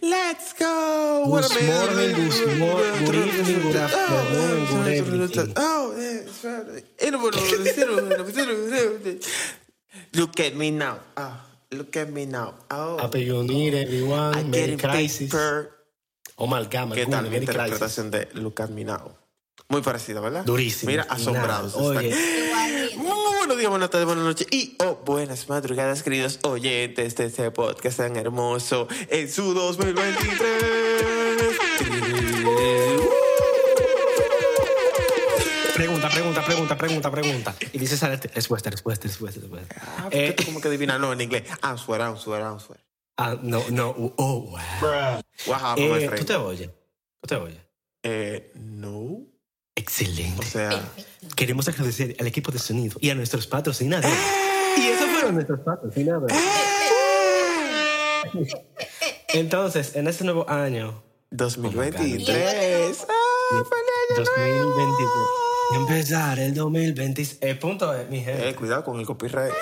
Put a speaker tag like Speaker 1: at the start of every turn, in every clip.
Speaker 1: Let's go.
Speaker 2: Good morning, good morning, good evening, good afternoon, good everything.
Speaker 1: Oh, yeah, it's Friday. In the morning, in the morning, in the morning. Look at me now. Ah, look at me now. Oh,
Speaker 2: Happy New Year,
Speaker 1: I
Speaker 2: everyone. Merry
Speaker 1: get
Speaker 2: Crisis.
Speaker 1: paper.
Speaker 2: Oh my God, my
Speaker 1: ¿Qué
Speaker 2: goodness,
Speaker 1: tal mi
Speaker 2: Merry Crisis.
Speaker 1: interpretación de Look at me now? Muy parecida, ¿verdad?
Speaker 2: Durísimo.
Speaker 1: Mira,
Speaker 2: Nada,
Speaker 1: asombrados.
Speaker 2: oye.
Speaker 1: están. Muy buenos días, buenas tardes, buenas noches y oh, buenas madrugadas, queridos oyentes de este podcast tan hermoso en su 2023.
Speaker 2: Eh, Pregunta, pregunta, pregunta, pregunta, pregunta. Y dices a la respuesta, respuesta, respuesta, respuesta.
Speaker 1: Ah, ¿por qué
Speaker 2: Eh,
Speaker 1: tú como que adivinas? No, en inglés. Answer, answer, answer.
Speaker 2: ah, no, no. Oh, wow.
Speaker 1: What happened, my
Speaker 2: Eh, ¿Tú
Speaker 1: friend?
Speaker 2: te oyes? ¿Tú te oyes?
Speaker 1: Eh, no. O
Speaker 2: Excelente.
Speaker 1: sea,
Speaker 2: Queremos agradecer al equipo de sonido y a nuestros patrocinadores.
Speaker 1: ¡Eh!
Speaker 2: Y esos fueron nuestros patrocinadores. Entonces, en este nuevo año,
Speaker 1: 2023. Ah, feliz
Speaker 2: 2023, empezar el 2020. El punto es, mi
Speaker 1: año.
Speaker 2: gente.
Speaker 1: Eh, cuidado con el copyright.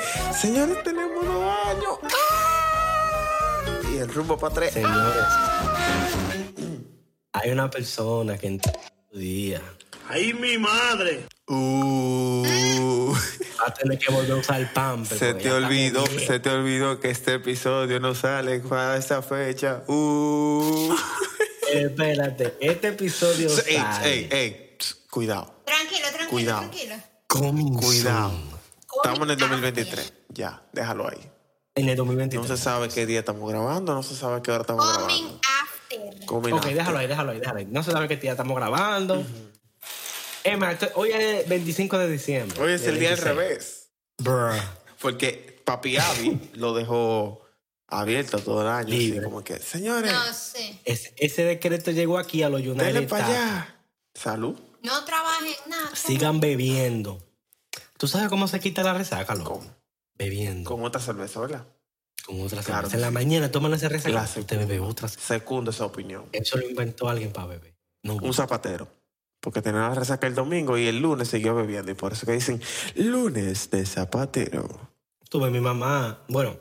Speaker 1: Señores, tenemos dos años. Ah. Y el rumbo para tres.
Speaker 2: Señores, hay una persona que en tu día
Speaker 3: ¡Ay, mi madre!
Speaker 1: Ah. Uh.
Speaker 2: va a tener que volver a usar pamper.
Speaker 1: Se
Speaker 2: porque
Speaker 1: te
Speaker 2: ya está
Speaker 1: olvidó,
Speaker 2: bien.
Speaker 1: se te olvidó que este episodio no sale para esta fecha. Uh.
Speaker 2: Eh, Espérate, este episodio
Speaker 1: Ey,
Speaker 2: sale
Speaker 1: ey, ey, ps, Cuidado,
Speaker 4: Tranquilo, tranquilo,
Speaker 1: Cuidado.
Speaker 4: tranquilo.
Speaker 2: con
Speaker 1: cuidado.
Speaker 4: Con
Speaker 1: Estamos en el
Speaker 4: cambio.
Speaker 1: 2023. Ya, déjalo ahí.
Speaker 2: en el
Speaker 1: No
Speaker 2: 2023.
Speaker 1: se sabe qué día estamos grabando, no se sabe qué hora estamos
Speaker 4: Coming
Speaker 1: grabando.
Speaker 4: after.
Speaker 1: Coming
Speaker 2: ok,
Speaker 1: after.
Speaker 2: déjalo ahí, déjalo ahí, déjalo ahí. No se sabe qué día estamos grabando. Es más, esto- hoy es 25 de diciembre.
Speaker 1: Hoy es
Speaker 2: de
Speaker 1: el día al
Speaker 2: 26.
Speaker 1: revés.
Speaker 2: Bruh.
Speaker 1: Porque Papi Avi lo dejó abierto todo el año. Así
Speaker 2: Libre.
Speaker 1: como que, señores,
Speaker 4: No sé.
Speaker 2: Ese- ese decreto llegó aquí a los United
Speaker 1: denle para
Speaker 2: States.
Speaker 1: allá. Salud.
Speaker 4: No trabajen nada.
Speaker 2: Sigan bebiendo. ¿Tú sabes cómo se quita la resaca, loco?
Speaker 1: Con,
Speaker 2: Bebiendo.
Speaker 1: con otra cerveza, ¿verdad?
Speaker 2: Con otra
Speaker 1: Claro.
Speaker 2: cerveza. En la mañana toman esa resaca.
Speaker 1: Claro.
Speaker 2: Usted te bebe otra. cerveza.
Speaker 1: Segundo esa opinión.
Speaker 2: Eso lo inventó alguien para beber. No,
Speaker 1: Un zapatero. Porque tenía la resaca el domingo y el lunes siguió bebiendo. Y por eso que dicen, lunes de zapatero.
Speaker 2: tuve mi mamá. Bueno,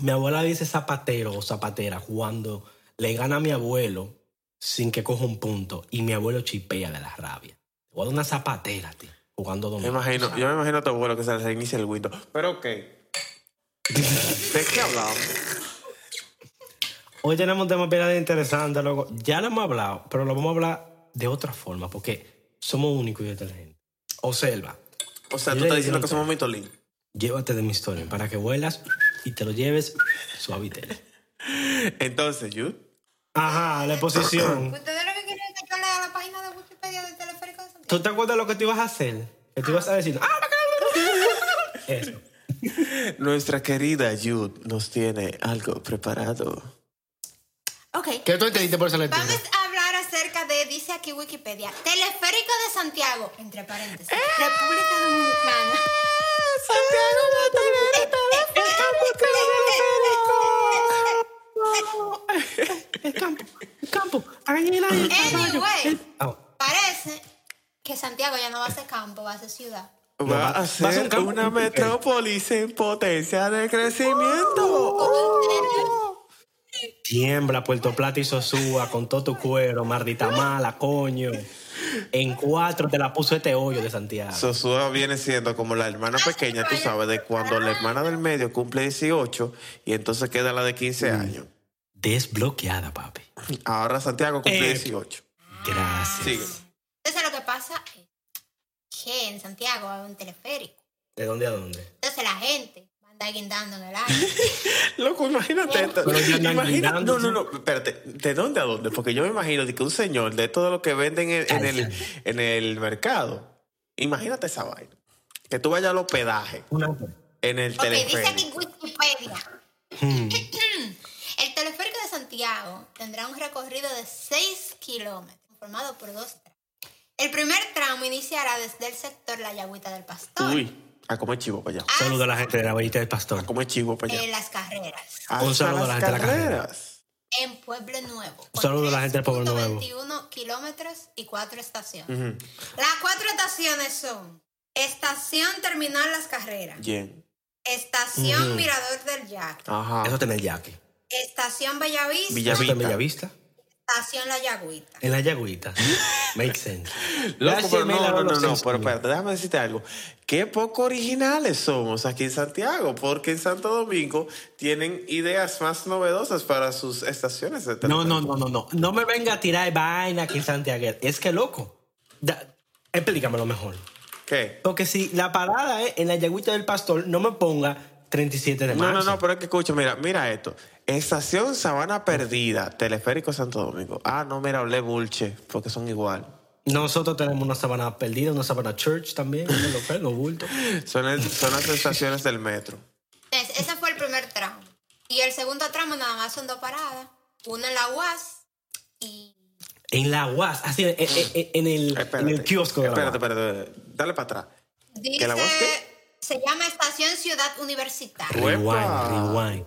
Speaker 2: mi abuela dice zapatero o zapatera cuando le gana a mi abuelo sin que coja un punto y mi abuelo chipea de la rabia. Te voy a dar una zapatera, tío. Jugando
Speaker 1: Me
Speaker 2: domingo.
Speaker 1: imagino, yo me imagino a tu abuelo que se le reinicia el Windows. Pero ok. ¿De qué hablamos?
Speaker 2: Hoy tenemos temas bien interesantes, loco. Ya lo hemos hablado, pero lo vamos a hablar de otra forma, porque somos únicos y inteligentes. Observa,
Speaker 1: O sea,
Speaker 2: Yo
Speaker 1: tú
Speaker 2: le
Speaker 1: estás
Speaker 2: digo
Speaker 1: diciendo que
Speaker 2: ahorita.
Speaker 1: somos mitolín.
Speaker 2: llévate de mi historia para que vuelas y te lo lleves suavitel.
Speaker 1: Entonces, Jude,
Speaker 2: Ajá, la exposición.
Speaker 4: Ustedes lo que quieren es que yo lea la página de Wikipedia del Teleférico de Santiago.
Speaker 2: ¿Tú te acuerdas lo que tú ibas a hacer? Que tú ibas a decir, ¡ah, no, que- Eso.
Speaker 1: nuestra querida Jude nos tiene algo preparado.
Speaker 4: Ok.
Speaker 2: ¿Qué tú entendiste por esa
Speaker 4: Vamos a hablar acerca de, dice aquí Wikipedia, Teleférico de Santiago, entre paréntesis, República Dominicana.
Speaker 2: El campo, el campo, águila y el caballo.
Speaker 4: Anyway.
Speaker 2: el- Ah,
Speaker 4: Parece que Santiago ya no va a ser campo, va a ser ciudad.
Speaker 1: Va,
Speaker 2: va- va
Speaker 1: a
Speaker 2: a ser
Speaker 1: ser
Speaker 2: un campo
Speaker 1: una
Speaker 2: complicado.
Speaker 1: metrópolis en potencia de crecimiento. ¡Oh!
Speaker 2: Tiembla Puerto Plata y Sosúa con todo tu cuero, mardita mala, coño. En cuatro te la puso este hoyo de Santiago.
Speaker 1: Sosúa viene siendo como la hermana pequeña, tú sabes, de cuando la hermana del medio cumple 18 y entonces queda la de 15 años.
Speaker 2: Desbloqueada, papi.
Speaker 1: Ahora Santiago cumple
Speaker 2: Eh.
Speaker 1: 18.
Speaker 2: Gracias.
Speaker 1: Sigue.
Speaker 4: Entonces lo que pasa es que en Santiago hay un teleférico.
Speaker 2: ¿De dónde a dónde?
Speaker 4: Entonces la gente va a andar guindando en el aire.
Speaker 1: Loco, imagínate esto.
Speaker 2: Pero ya andan
Speaker 1: Imagina- no,
Speaker 2: guindando,
Speaker 1: no, no, espérate. ¿De dónde a dónde? Porque yo me imagino de que un señor de todo lo que venden en, en el, en el mercado. Imagínate esa vaina. Que tú vayas al hospedaje
Speaker 2: Una.
Speaker 1: en el
Speaker 4: ok, dice
Speaker 1: teleférico.
Speaker 4: aquí Wikipedia.
Speaker 1: Hmm.
Speaker 4: El teleférico de Santiago tendrá un recorrido de 6 kilómetros, formado por dos tramos. El primer tramo iniciará desde el sector La Yagüita del Pastor,
Speaker 1: Uy, a comer chivo para allá.
Speaker 2: Saludo a la gente de la Bollita del
Speaker 1: A
Speaker 2: Pastor.
Speaker 1: comer chivo para
Speaker 4: en
Speaker 1: allá.
Speaker 4: las carreras,
Speaker 1: Hasta
Speaker 2: Un saludo a la
Speaker 1: las
Speaker 2: gente de la carrera.
Speaker 1: carreras.
Speaker 4: en Pueblo Nuevo.
Speaker 2: Un saludo a la gente de Pueblo Nuevo.
Speaker 4: 21 kilómetros y cuatro estaciones.
Speaker 1: Ujú.
Speaker 4: Las cuatro estaciones son Estación Terminal Las Carreras,
Speaker 1: Bien.
Speaker 4: Estación Mirador del Yaque,
Speaker 1: Ajá.
Speaker 2: Eso tiene el yaque.
Speaker 4: Estación Bellavista,
Speaker 1: Villa- Bellavista.
Speaker 2: ¿En Bellavista?
Speaker 4: Estación La Yagüita.
Speaker 2: En la Yagüita. Make sense.
Speaker 1: Loco,
Speaker 2: Gracias,
Speaker 1: pero no,
Speaker 2: Mela,
Speaker 1: no,
Speaker 2: por
Speaker 1: no,
Speaker 2: los
Speaker 1: no,
Speaker 2: seis
Speaker 1: pero
Speaker 2: mil.
Speaker 1: espérate, déjame decirte algo. Qué poco originales somos aquí en Santiago, porque en Santo Domingo tienen ideas más novedosas para sus estaciones de
Speaker 2: No,
Speaker 1: teléfono.
Speaker 2: no, no, no, no. No me venga a tirar vaina aquí en Santiago. Es que loco. Da- explícamelo mejor.
Speaker 1: ¿Qué?
Speaker 2: Porque si la parada es en la Yagüita del Pastor, no me ponga 37 de
Speaker 1: No,
Speaker 2: marzo.
Speaker 1: no, no, pero es que escucha, mira, mira esto. Estación Sabana Perdida, Teleférico Santo Domingo. Ah, no, mira, hablé bulche, porque son igual.
Speaker 2: Nosotros tenemos una sabana perdida, una sabana church también, en los pelos, bulto.
Speaker 1: Son, el- son las estaciones del metro.
Speaker 4: Entonces, ese fue el primer tramo. Y el segundo tramo nada más son dos paradas. Una en la UAS y
Speaker 2: En la UAS, así, en, en- en- en el, en
Speaker 1: Espérate.
Speaker 2: el kiosco de la
Speaker 1: Espérate,
Speaker 2: UAS.
Speaker 1: espérate, espérate. Dale para atrás.
Speaker 4: dice...
Speaker 1: la UAS qué?
Speaker 4: Se llama Estación Ciudad Universitaria.
Speaker 1: Uepa.
Speaker 2: Rewind, rewind.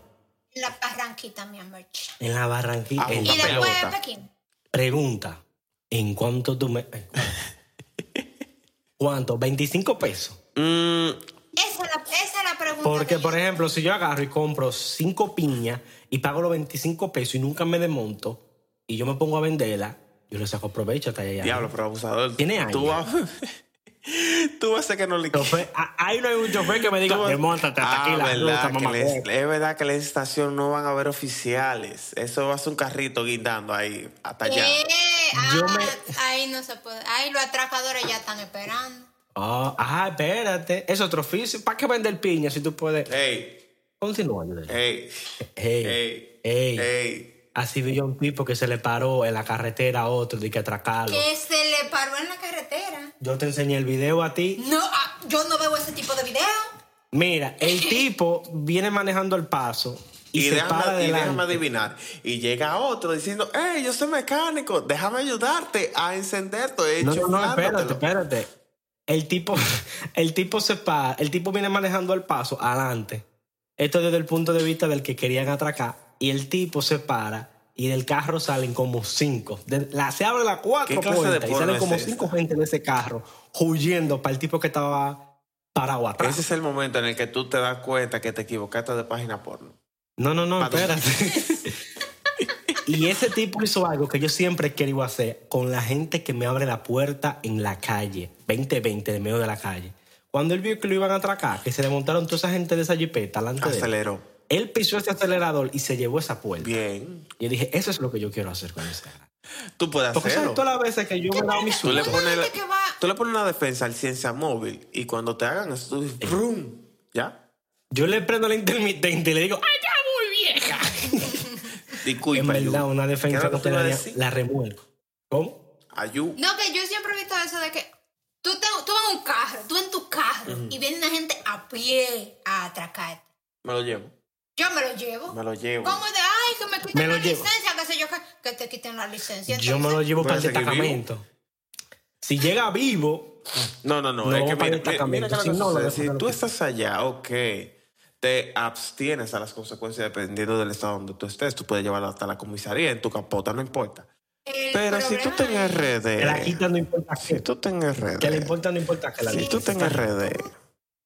Speaker 4: En la Barranquita, mi amor.
Speaker 2: En la barranquilla.
Speaker 1: Ah,
Speaker 2: en
Speaker 1: una
Speaker 4: Y
Speaker 2: la
Speaker 1: pelota.
Speaker 4: después Pekín.
Speaker 2: Pregunta, ¿en cuánto tú me... ay, ¿Cuánto? ¿25 pesos?
Speaker 1: Mm,
Speaker 4: Esa es la, esa es la pregunta.
Speaker 2: Porque,
Speaker 4: que
Speaker 2: por
Speaker 4: yo-
Speaker 2: ejemplo, si yo agarro y compro 5 piñas y pago los 25 pesos y nunca me desmonto y yo me pongo a venderla, yo le saco provecho hasta ¿eh? allá.
Speaker 1: diablo, pero abusador.
Speaker 2: Tiene años.
Speaker 1: Tú vas, tú vas a hacer que no le
Speaker 2: Chofer, a- ahí no hay un chofer que me diga,
Speaker 1: Tú vas-
Speaker 2: desmontate hasta aquí
Speaker 1: Ah,
Speaker 2: la
Speaker 1: verdad,
Speaker 2: ruta,
Speaker 1: que
Speaker 2: mamá.
Speaker 1: les- Es verdad que en la estación no van a haber oficiales. Eso va a ser un carrito guindando ahí, hasta allá.
Speaker 4: Eh, ah,
Speaker 2: Yo me-
Speaker 4: Ahí no se puede. Ahí los atracadores ya están esperando.
Speaker 2: Ah, ah, espérate, es otro oficio. ¿Para qué vender piña si tú puedes?
Speaker 1: Ey,
Speaker 2: Continúa, Yudel.
Speaker 1: ey,
Speaker 2: Ey,
Speaker 1: ey,
Speaker 2: ey.
Speaker 1: ey.
Speaker 2: Así vi yo un tipo que se le paró en la carretera a otro de que atracarlo.
Speaker 4: Que se le paró en la carretera.
Speaker 2: Yo te enseñé el video a ti.
Speaker 4: No, ah, yo no veo ese tipo de video.
Speaker 2: Mira, el tipo viene manejando el paso y,
Speaker 1: Y,
Speaker 2: se para
Speaker 1: déjame, y
Speaker 2: delante.
Speaker 1: déjame adivinar. Y llega otro diciendo, hey, yo soy mecánico, déjame ayudarte a encender tu
Speaker 2: No,
Speaker 1: hecho.
Speaker 2: no, no, espérate, espérate. El tipo, el tipo se para, el tipo viene manejando el paso adelante. Esto desde el punto de vista del que querían atracar. Y el tipo se para y del carro salen como cinco. De- la, se abre la
Speaker 1: ¿Qué
Speaker 2: cuatro
Speaker 1: clase de
Speaker 2: puertas y
Speaker 1: porno
Speaker 2: salen
Speaker 1: es
Speaker 2: como
Speaker 1: esta?
Speaker 2: cinco gente de ese carro huyendo para el tipo que estaba parado atrás.
Speaker 1: Ese es el momento en el que tú te das cuenta que te equivocaste de página porno.
Speaker 2: No, no, no,
Speaker 1: Perdón.
Speaker 2: espérate. y ese tipo hizo algo que yo siempre he querido hacer con la gente que me abre la puerta en la calle, 2020, en el medio de la calle. Cuando él vio que lo iban a atracar, que se le montaron toda esa gente de esa jipeta delante de él,
Speaker 1: Aceleró.
Speaker 2: él pisó ese acelerador y se llevó esa puerta.
Speaker 1: Bien.
Speaker 2: Y yo dije, eso es lo que yo quiero hacer con ese carro.
Speaker 1: Tú puedes
Speaker 2: Porque
Speaker 1: hacerlo.
Speaker 2: son todas las veces que yo me he dado mi
Speaker 1: Tú le,
Speaker 2: susto.
Speaker 1: pones la-
Speaker 4: gente que va-
Speaker 1: tú le pones una defensa al ciencia móvil y cuando te hagan eso, tú dices, ¡brum! ¿Ya?
Speaker 2: Yo le prendo la intermitente y le digo, ¡ay, ya muy vieja!
Speaker 1: Disculpa.
Speaker 2: en verdad,
Speaker 1: Yu.
Speaker 2: una
Speaker 1: ¿Qué
Speaker 2: defensa
Speaker 1: era lo
Speaker 2: no
Speaker 1: que
Speaker 2: te
Speaker 1: iba a
Speaker 2: daría,
Speaker 1: decir?
Speaker 2: la remuelco. ¿Cómo?
Speaker 1: Ayú.
Speaker 4: No, que yo siempre he visto eso de que tú, te, tú vas en un carro, tú en tu carro, y viene una gente a pie a atracarte.
Speaker 1: Me lo llevo.
Speaker 4: Yo me lo llevo.
Speaker 1: Me lo llevo.
Speaker 4: ¿Cómo de, ay, que me
Speaker 2: Me
Speaker 4: quiten
Speaker 2: lo
Speaker 4: la
Speaker 2: llevo.
Speaker 4: licencia, que sé yo, que, que te quiten la licencia?
Speaker 2: Yo me lo llevo
Speaker 1: Voy
Speaker 2: para
Speaker 1: a
Speaker 2: el
Speaker 1: seguir vivo.
Speaker 2: destacamento. Si llega vivo,
Speaker 1: No, no, no.
Speaker 2: No,
Speaker 1: es que
Speaker 2: para
Speaker 1: mira,
Speaker 2: destacar,
Speaker 1: mira, mira que lo
Speaker 2: si
Speaker 1: que
Speaker 2: no, lo
Speaker 1: sucede.
Speaker 2: dejo de
Speaker 1: Si
Speaker 2: lo
Speaker 1: tú
Speaker 2: que-
Speaker 1: estás allá, ok. Te abstienes a las consecuencias dependiendo del estado donde tú estés. Tú puedes llevarla hasta la comisaría, en tu capota, no importa.
Speaker 4: El
Speaker 1: Pero si tú
Speaker 4: problema
Speaker 1: estás en
Speaker 4: es-
Speaker 2: que la
Speaker 1: RD.
Speaker 2: quita no importa
Speaker 1: Si
Speaker 2: qué.
Speaker 1: tú estás en
Speaker 2: Que le
Speaker 1: RD.
Speaker 2: importa no importa que la
Speaker 1: Si
Speaker 2: quita.
Speaker 1: tú estás en RD.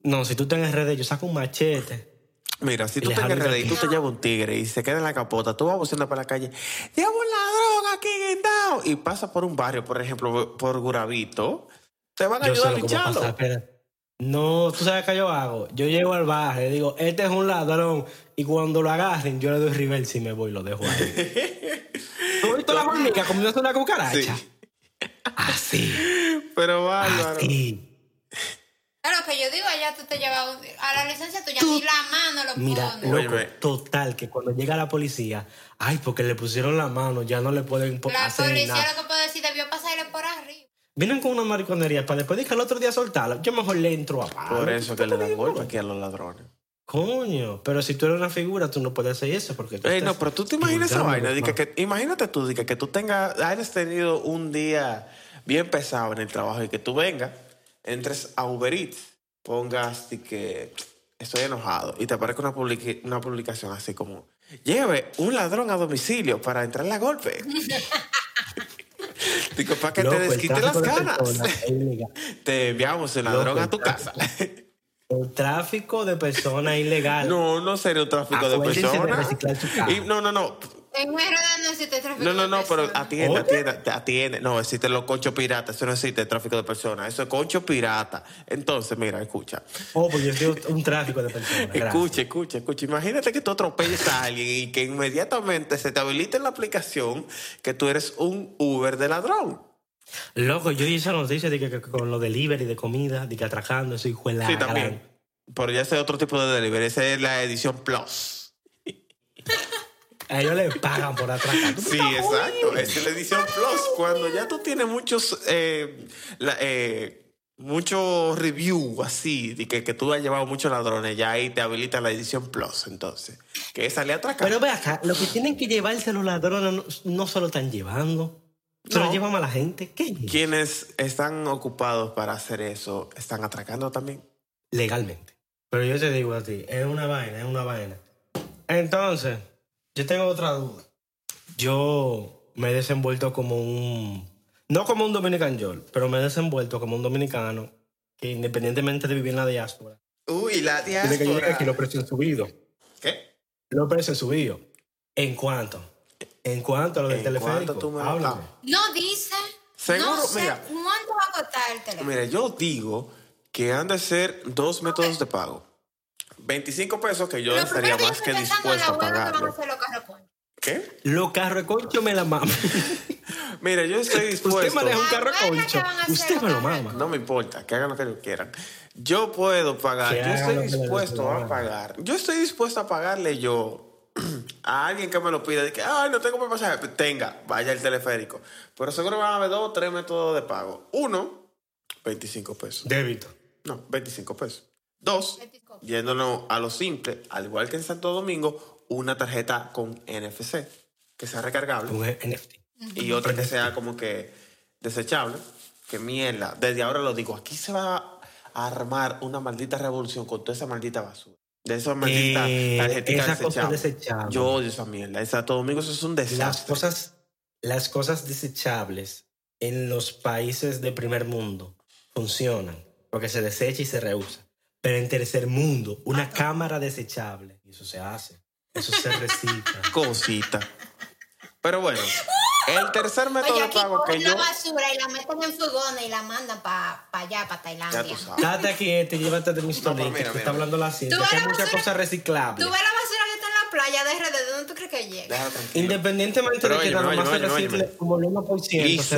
Speaker 2: No, si tú estás en RD, yo saco un machete.
Speaker 1: Mira, si
Speaker 2: Y
Speaker 1: tú
Speaker 2: le
Speaker 1: te
Speaker 2: jalo el
Speaker 1: enredas y tú
Speaker 2: gatillo.
Speaker 1: te llevas un tigre y se queda en la capota, tú vas buceando para la calle, lleva un ladrón aquí guindado y pasa por un barrio, por ejemplo, por Guravito, te van a
Speaker 2: Yo sé
Speaker 1: ayudar a
Speaker 2: lo que va a pasar,
Speaker 1: lucharlo.
Speaker 2: espérate. No, tú sabes qué yo hago. Yo llego al barrio, le digo, este es un ladrón. Y cuando lo agarren, yo le doy reverse y me voy y lo dejo ahí. ¿Tú has visto la hormiga comiéndose una cucaracha?
Speaker 1: Sí.
Speaker 2: Así,
Speaker 1: Pero
Speaker 2: Ah,
Speaker 1: bárbaro.
Speaker 2: así.
Speaker 4: Claro, que yo digo, allá tú te llevas un- a la licencia tuya,
Speaker 2: Tú-
Speaker 4: ni la mano lo
Speaker 2: Mira,
Speaker 4: pones.
Speaker 2: loco,
Speaker 1: Óyeme.
Speaker 2: total, que cuando llega la policía, ay, porque le pusieron la mano, ya no le pueden po-
Speaker 4: La
Speaker 2: hacer nada.
Speaker 4: policía lo que puede decir debió pasarle por arriba.
Speaker 2: Vienen con una mariconería para después de que al otro día soltarla. Yo mejor le entro a palo.
Speaker 1: Por
Speaker 2: ¿Qué
Speaker 1: eso
Speaker 2: tú
Speaker 1: que
Speaker 2: te
Speaker 1: le dan
Speaker 2: digo?
Speaker 1: golpe aquí a los ladrones.
Speaker 2: Coño, pero si tú eres una figura, tú no puedes hacer eso porque. tú
Speaker 1: Ey,
Speaker 2: estás
Speaker 1: no, pero tú te imaginas esa
Speaker 2: divulgando,
Speaker 1: vaina. di que-
Speaker 2: hermano.
Speaker 1: que- imagínate tú, di que, que tú tengas, hayas tenido un día bien pesado en el trabajo y que tú vengas, entres a Uber Eats, pongas di que estoy enojado y te aparezca una, publici- una publicación así como lleve un ladrón a domicilio para entrarle a golpe. Digo, para que
Speaker 2: Loco,
Speaker 1: te
Speaker 2: el
Speaker 1: desquite las
Speaker 2: tráfico de
Speaker 1: ganas.
Speaker 2: personas es ilegal.
Speaker 1: te enviamos el
Speaker 2: Loco,
Speaker 1: ladrón
Speaker 2: el
Speaker 1: a tu casa.
Speaker 2: tráfico. El tráfico de personas ilegal.
Speaker 1: No, no sería un tráfico de
Speaker 2: Acuérdense de
Speaker 1: personas.
Speaker 2: reciclar su carro.
Speaker 1: Y no, no, no.
Speaker 4: En rueda no existe tráfico
Speaker 1: No, no,
Speaker 4: de
Speaker 1: no, pero
Speaker 4: personas.
Speaker 1: atiende,
Speaker 2: Oye.
Speaker 1: atiende, atiende. No, existen los conchos piratas. Eso no existe, el tráfico de personas. Eso es concho pirata. Entonces, mira, escucha.
Speaker 2: Oh, pues yo soy un tráfico de personas. gracias.
Speaker 1: Escucha, escucha, escucha. Imagínate que tú atropelles a alguien y que inmediatamente se te habilite en la aplicación que tú eres un Uber de ladrón.
Speaker 2: Loco, yo hice la noticia de que, que con lo delivery de comida, de que atracando, eso hijo de la
Speaker 1: sí,
Speaker 2: gran.
Speaker 1: también. Pero ya ese es otro tipo de delivery. Esa es la edición Plus.
Speaker 2: A ellos les pagan por atracar.
Speaker 1: Sí, exacto. Esa es la edición Plus. Cuando ya tú tienes muchos eh, la- eh, mucho review así, de que, que tú has llevado muchos ladrones, ya ahí te habilita la edición Plus. Entonces, que esa le atraca.
Speaker 2: Pero ve acá, lo que tienen que llevarse los ladrones no, no se lo están llevando. Se
Speaker 1: No.
Speaker 2: lo llevan a la gente. ¿Qué?
Speaker 1: Quienes están ocupados para hacer eso, están atracando también.
Speaker 2: Legalmente. Pero yo te digo a ti, es una vaina, es una vaina. Entonces, yo tengo otra duda. Yo me he desenvuelto como un... No como un dominicano yo, pero me he desenvuelto como un dominicano que independientemente de vivir en la diáspora,
Speaker 1: Uy, la
Speaker 2: desde que yo llegué aquí
Speaker 1: diáspora.
Speaker 2: los precios han subido.
Speaker 1: ¿Qué?
Speaker 2: Los precios han subido. ¿En cuánto? ¿En cuánto a lo del
Speaker 1: ¿En cuánto
Speaker 2: teleférico?
Speaker 1: tú me-
Speaker 2: Háblame.
Speaker 1: Ah.
Speaker 4: No dice.
Speaker 1: Seguro,
Speaker 4: no sé
Speaker 1: mira.
Speaker 4: cuánto va a costar el teléfono.
Speaker 1: Mira, yo digo que han de ser dos métodos de pago. 25 pesos que yo
Speaker 4: Lo
Speaker 1: estaría
Speaker 4: primero yo
Speaker 1: más
Speaker 4: estoy
Speaker 1: que
Speaker 4: pensando en
Speaker 1: dispuesto
Speaker 4: la
Speaker 1: a
Speaker 4: hueva que van
Speaker 1: pagarlo.
Speaker 4: hacer los carros con-
Speaker 1: ¿Qué?
Speaker 2: Los carros de concho me la mama.
Speaker 1: Mira, yo estoy
Speaker 2: Usted
Speaker 1: dispuesto.
Speaker 2: maneja un
Speaker 4: La
Speaker 2: carro
Speaker 4: hueva que
Speaker 2: concho.
Speaker 4: van a hacer
Speaker 2: Usted me
Speaker 4: los
Speaker 2: lo
Speaker 4: carros de
Speaker 2: mama.
Speaker 1: No me importa, que hagan lo que quieran. Yo puedo pagar,
Speaker 2: Que
Speaker 1: yo
Speaker 2: hagan lo
Speaker 1: estoy
Speaker 2: que les dé
Speaker 1: dispuesto
Speaker 2: la
Speaker 1: a
Speaker 2: gana.
Speaker 1: pagar. Yo estoy dispuesto a pagarle yo a alguien que me lo pida. De que, ay, no tengo para pasaje. Pues Tenga, vaya al teleférico. Pero seguro van a haber dos o tres métodos de pago. Uno, 25 pesos.
Speaker 2: Débito.
Speaker 1: No, 25 pesos. Dos,
Speaker 4: 25.
Speaker 1: yéndonos a lo simple, al igual que en Santo Domingo, una tarjeta con NFC, que sea recargable
Speaker 2: Un NFT.
Speaker 1: y otra que sea como que desechable. Que mierda. Desde ahora lo digo, aquí se va a armar una maldita revolución con toda esa maldita basura. De esas malditas
Speaker 2: Eh,
Speaker 1: tarjetitas
Speaker 2: esas cosas
Speaker 1: desechables.
Speaker 2: desechables.
Speaker 1: Yo odio esa mierda. En Santo Domingo eso es un
Speaker 2: Las
Speaker 1: desastre.
Speaker 2: cosas, las cosas desechables en los países de primer mundo funcionan porque se desecha y se reusa. Pero en tercer mundo, una cámara desechable, y eso se hace, eso se recicla.
Speaker 1: Cosita. Pero bueno, el tercer método
Speaker 4: Oye,
Speaker 1: de
Speaker 4: aquí
Speaker 1: pago que
Speaker 4: cogen
Speaker 1: yo.
Speaker 4: la basura y la meten en fogones y la mandan para allá, para Tailandia.
Speaker 1: Ya tú sabes.
Speaker 2: Date eh, quieto y llévate de mis
Speaker 1: No, pero
Speaker 2: tolitos,
Speaker 1: mira,
Speaker 2: que
Speaker 1: mira.
Speaker 2: está hablando la ciencia,
Speaker 4: Tú
Speaker 2: que hay
Speaker 4: eres
Speaker 2: muchas
Speaker 4: basura.
Speaker 2: cosas reciclables.
Speaker 4: Tú ves la basura que está en la playa de RD, ¿de dónde tú crees que llega?
Speaker 1: Déjalo tranquilo.
Speaker 2: Independientemente
Speaker 1: Pero
Speaker 2: de que
Speaker 1: óyeme,
Speaker 2: nada más se
Speaker 1: óyeme, óyeme,
Speaker 2: recicle
Speaker 1: óyeme.
Speaker 2: como el 1%, se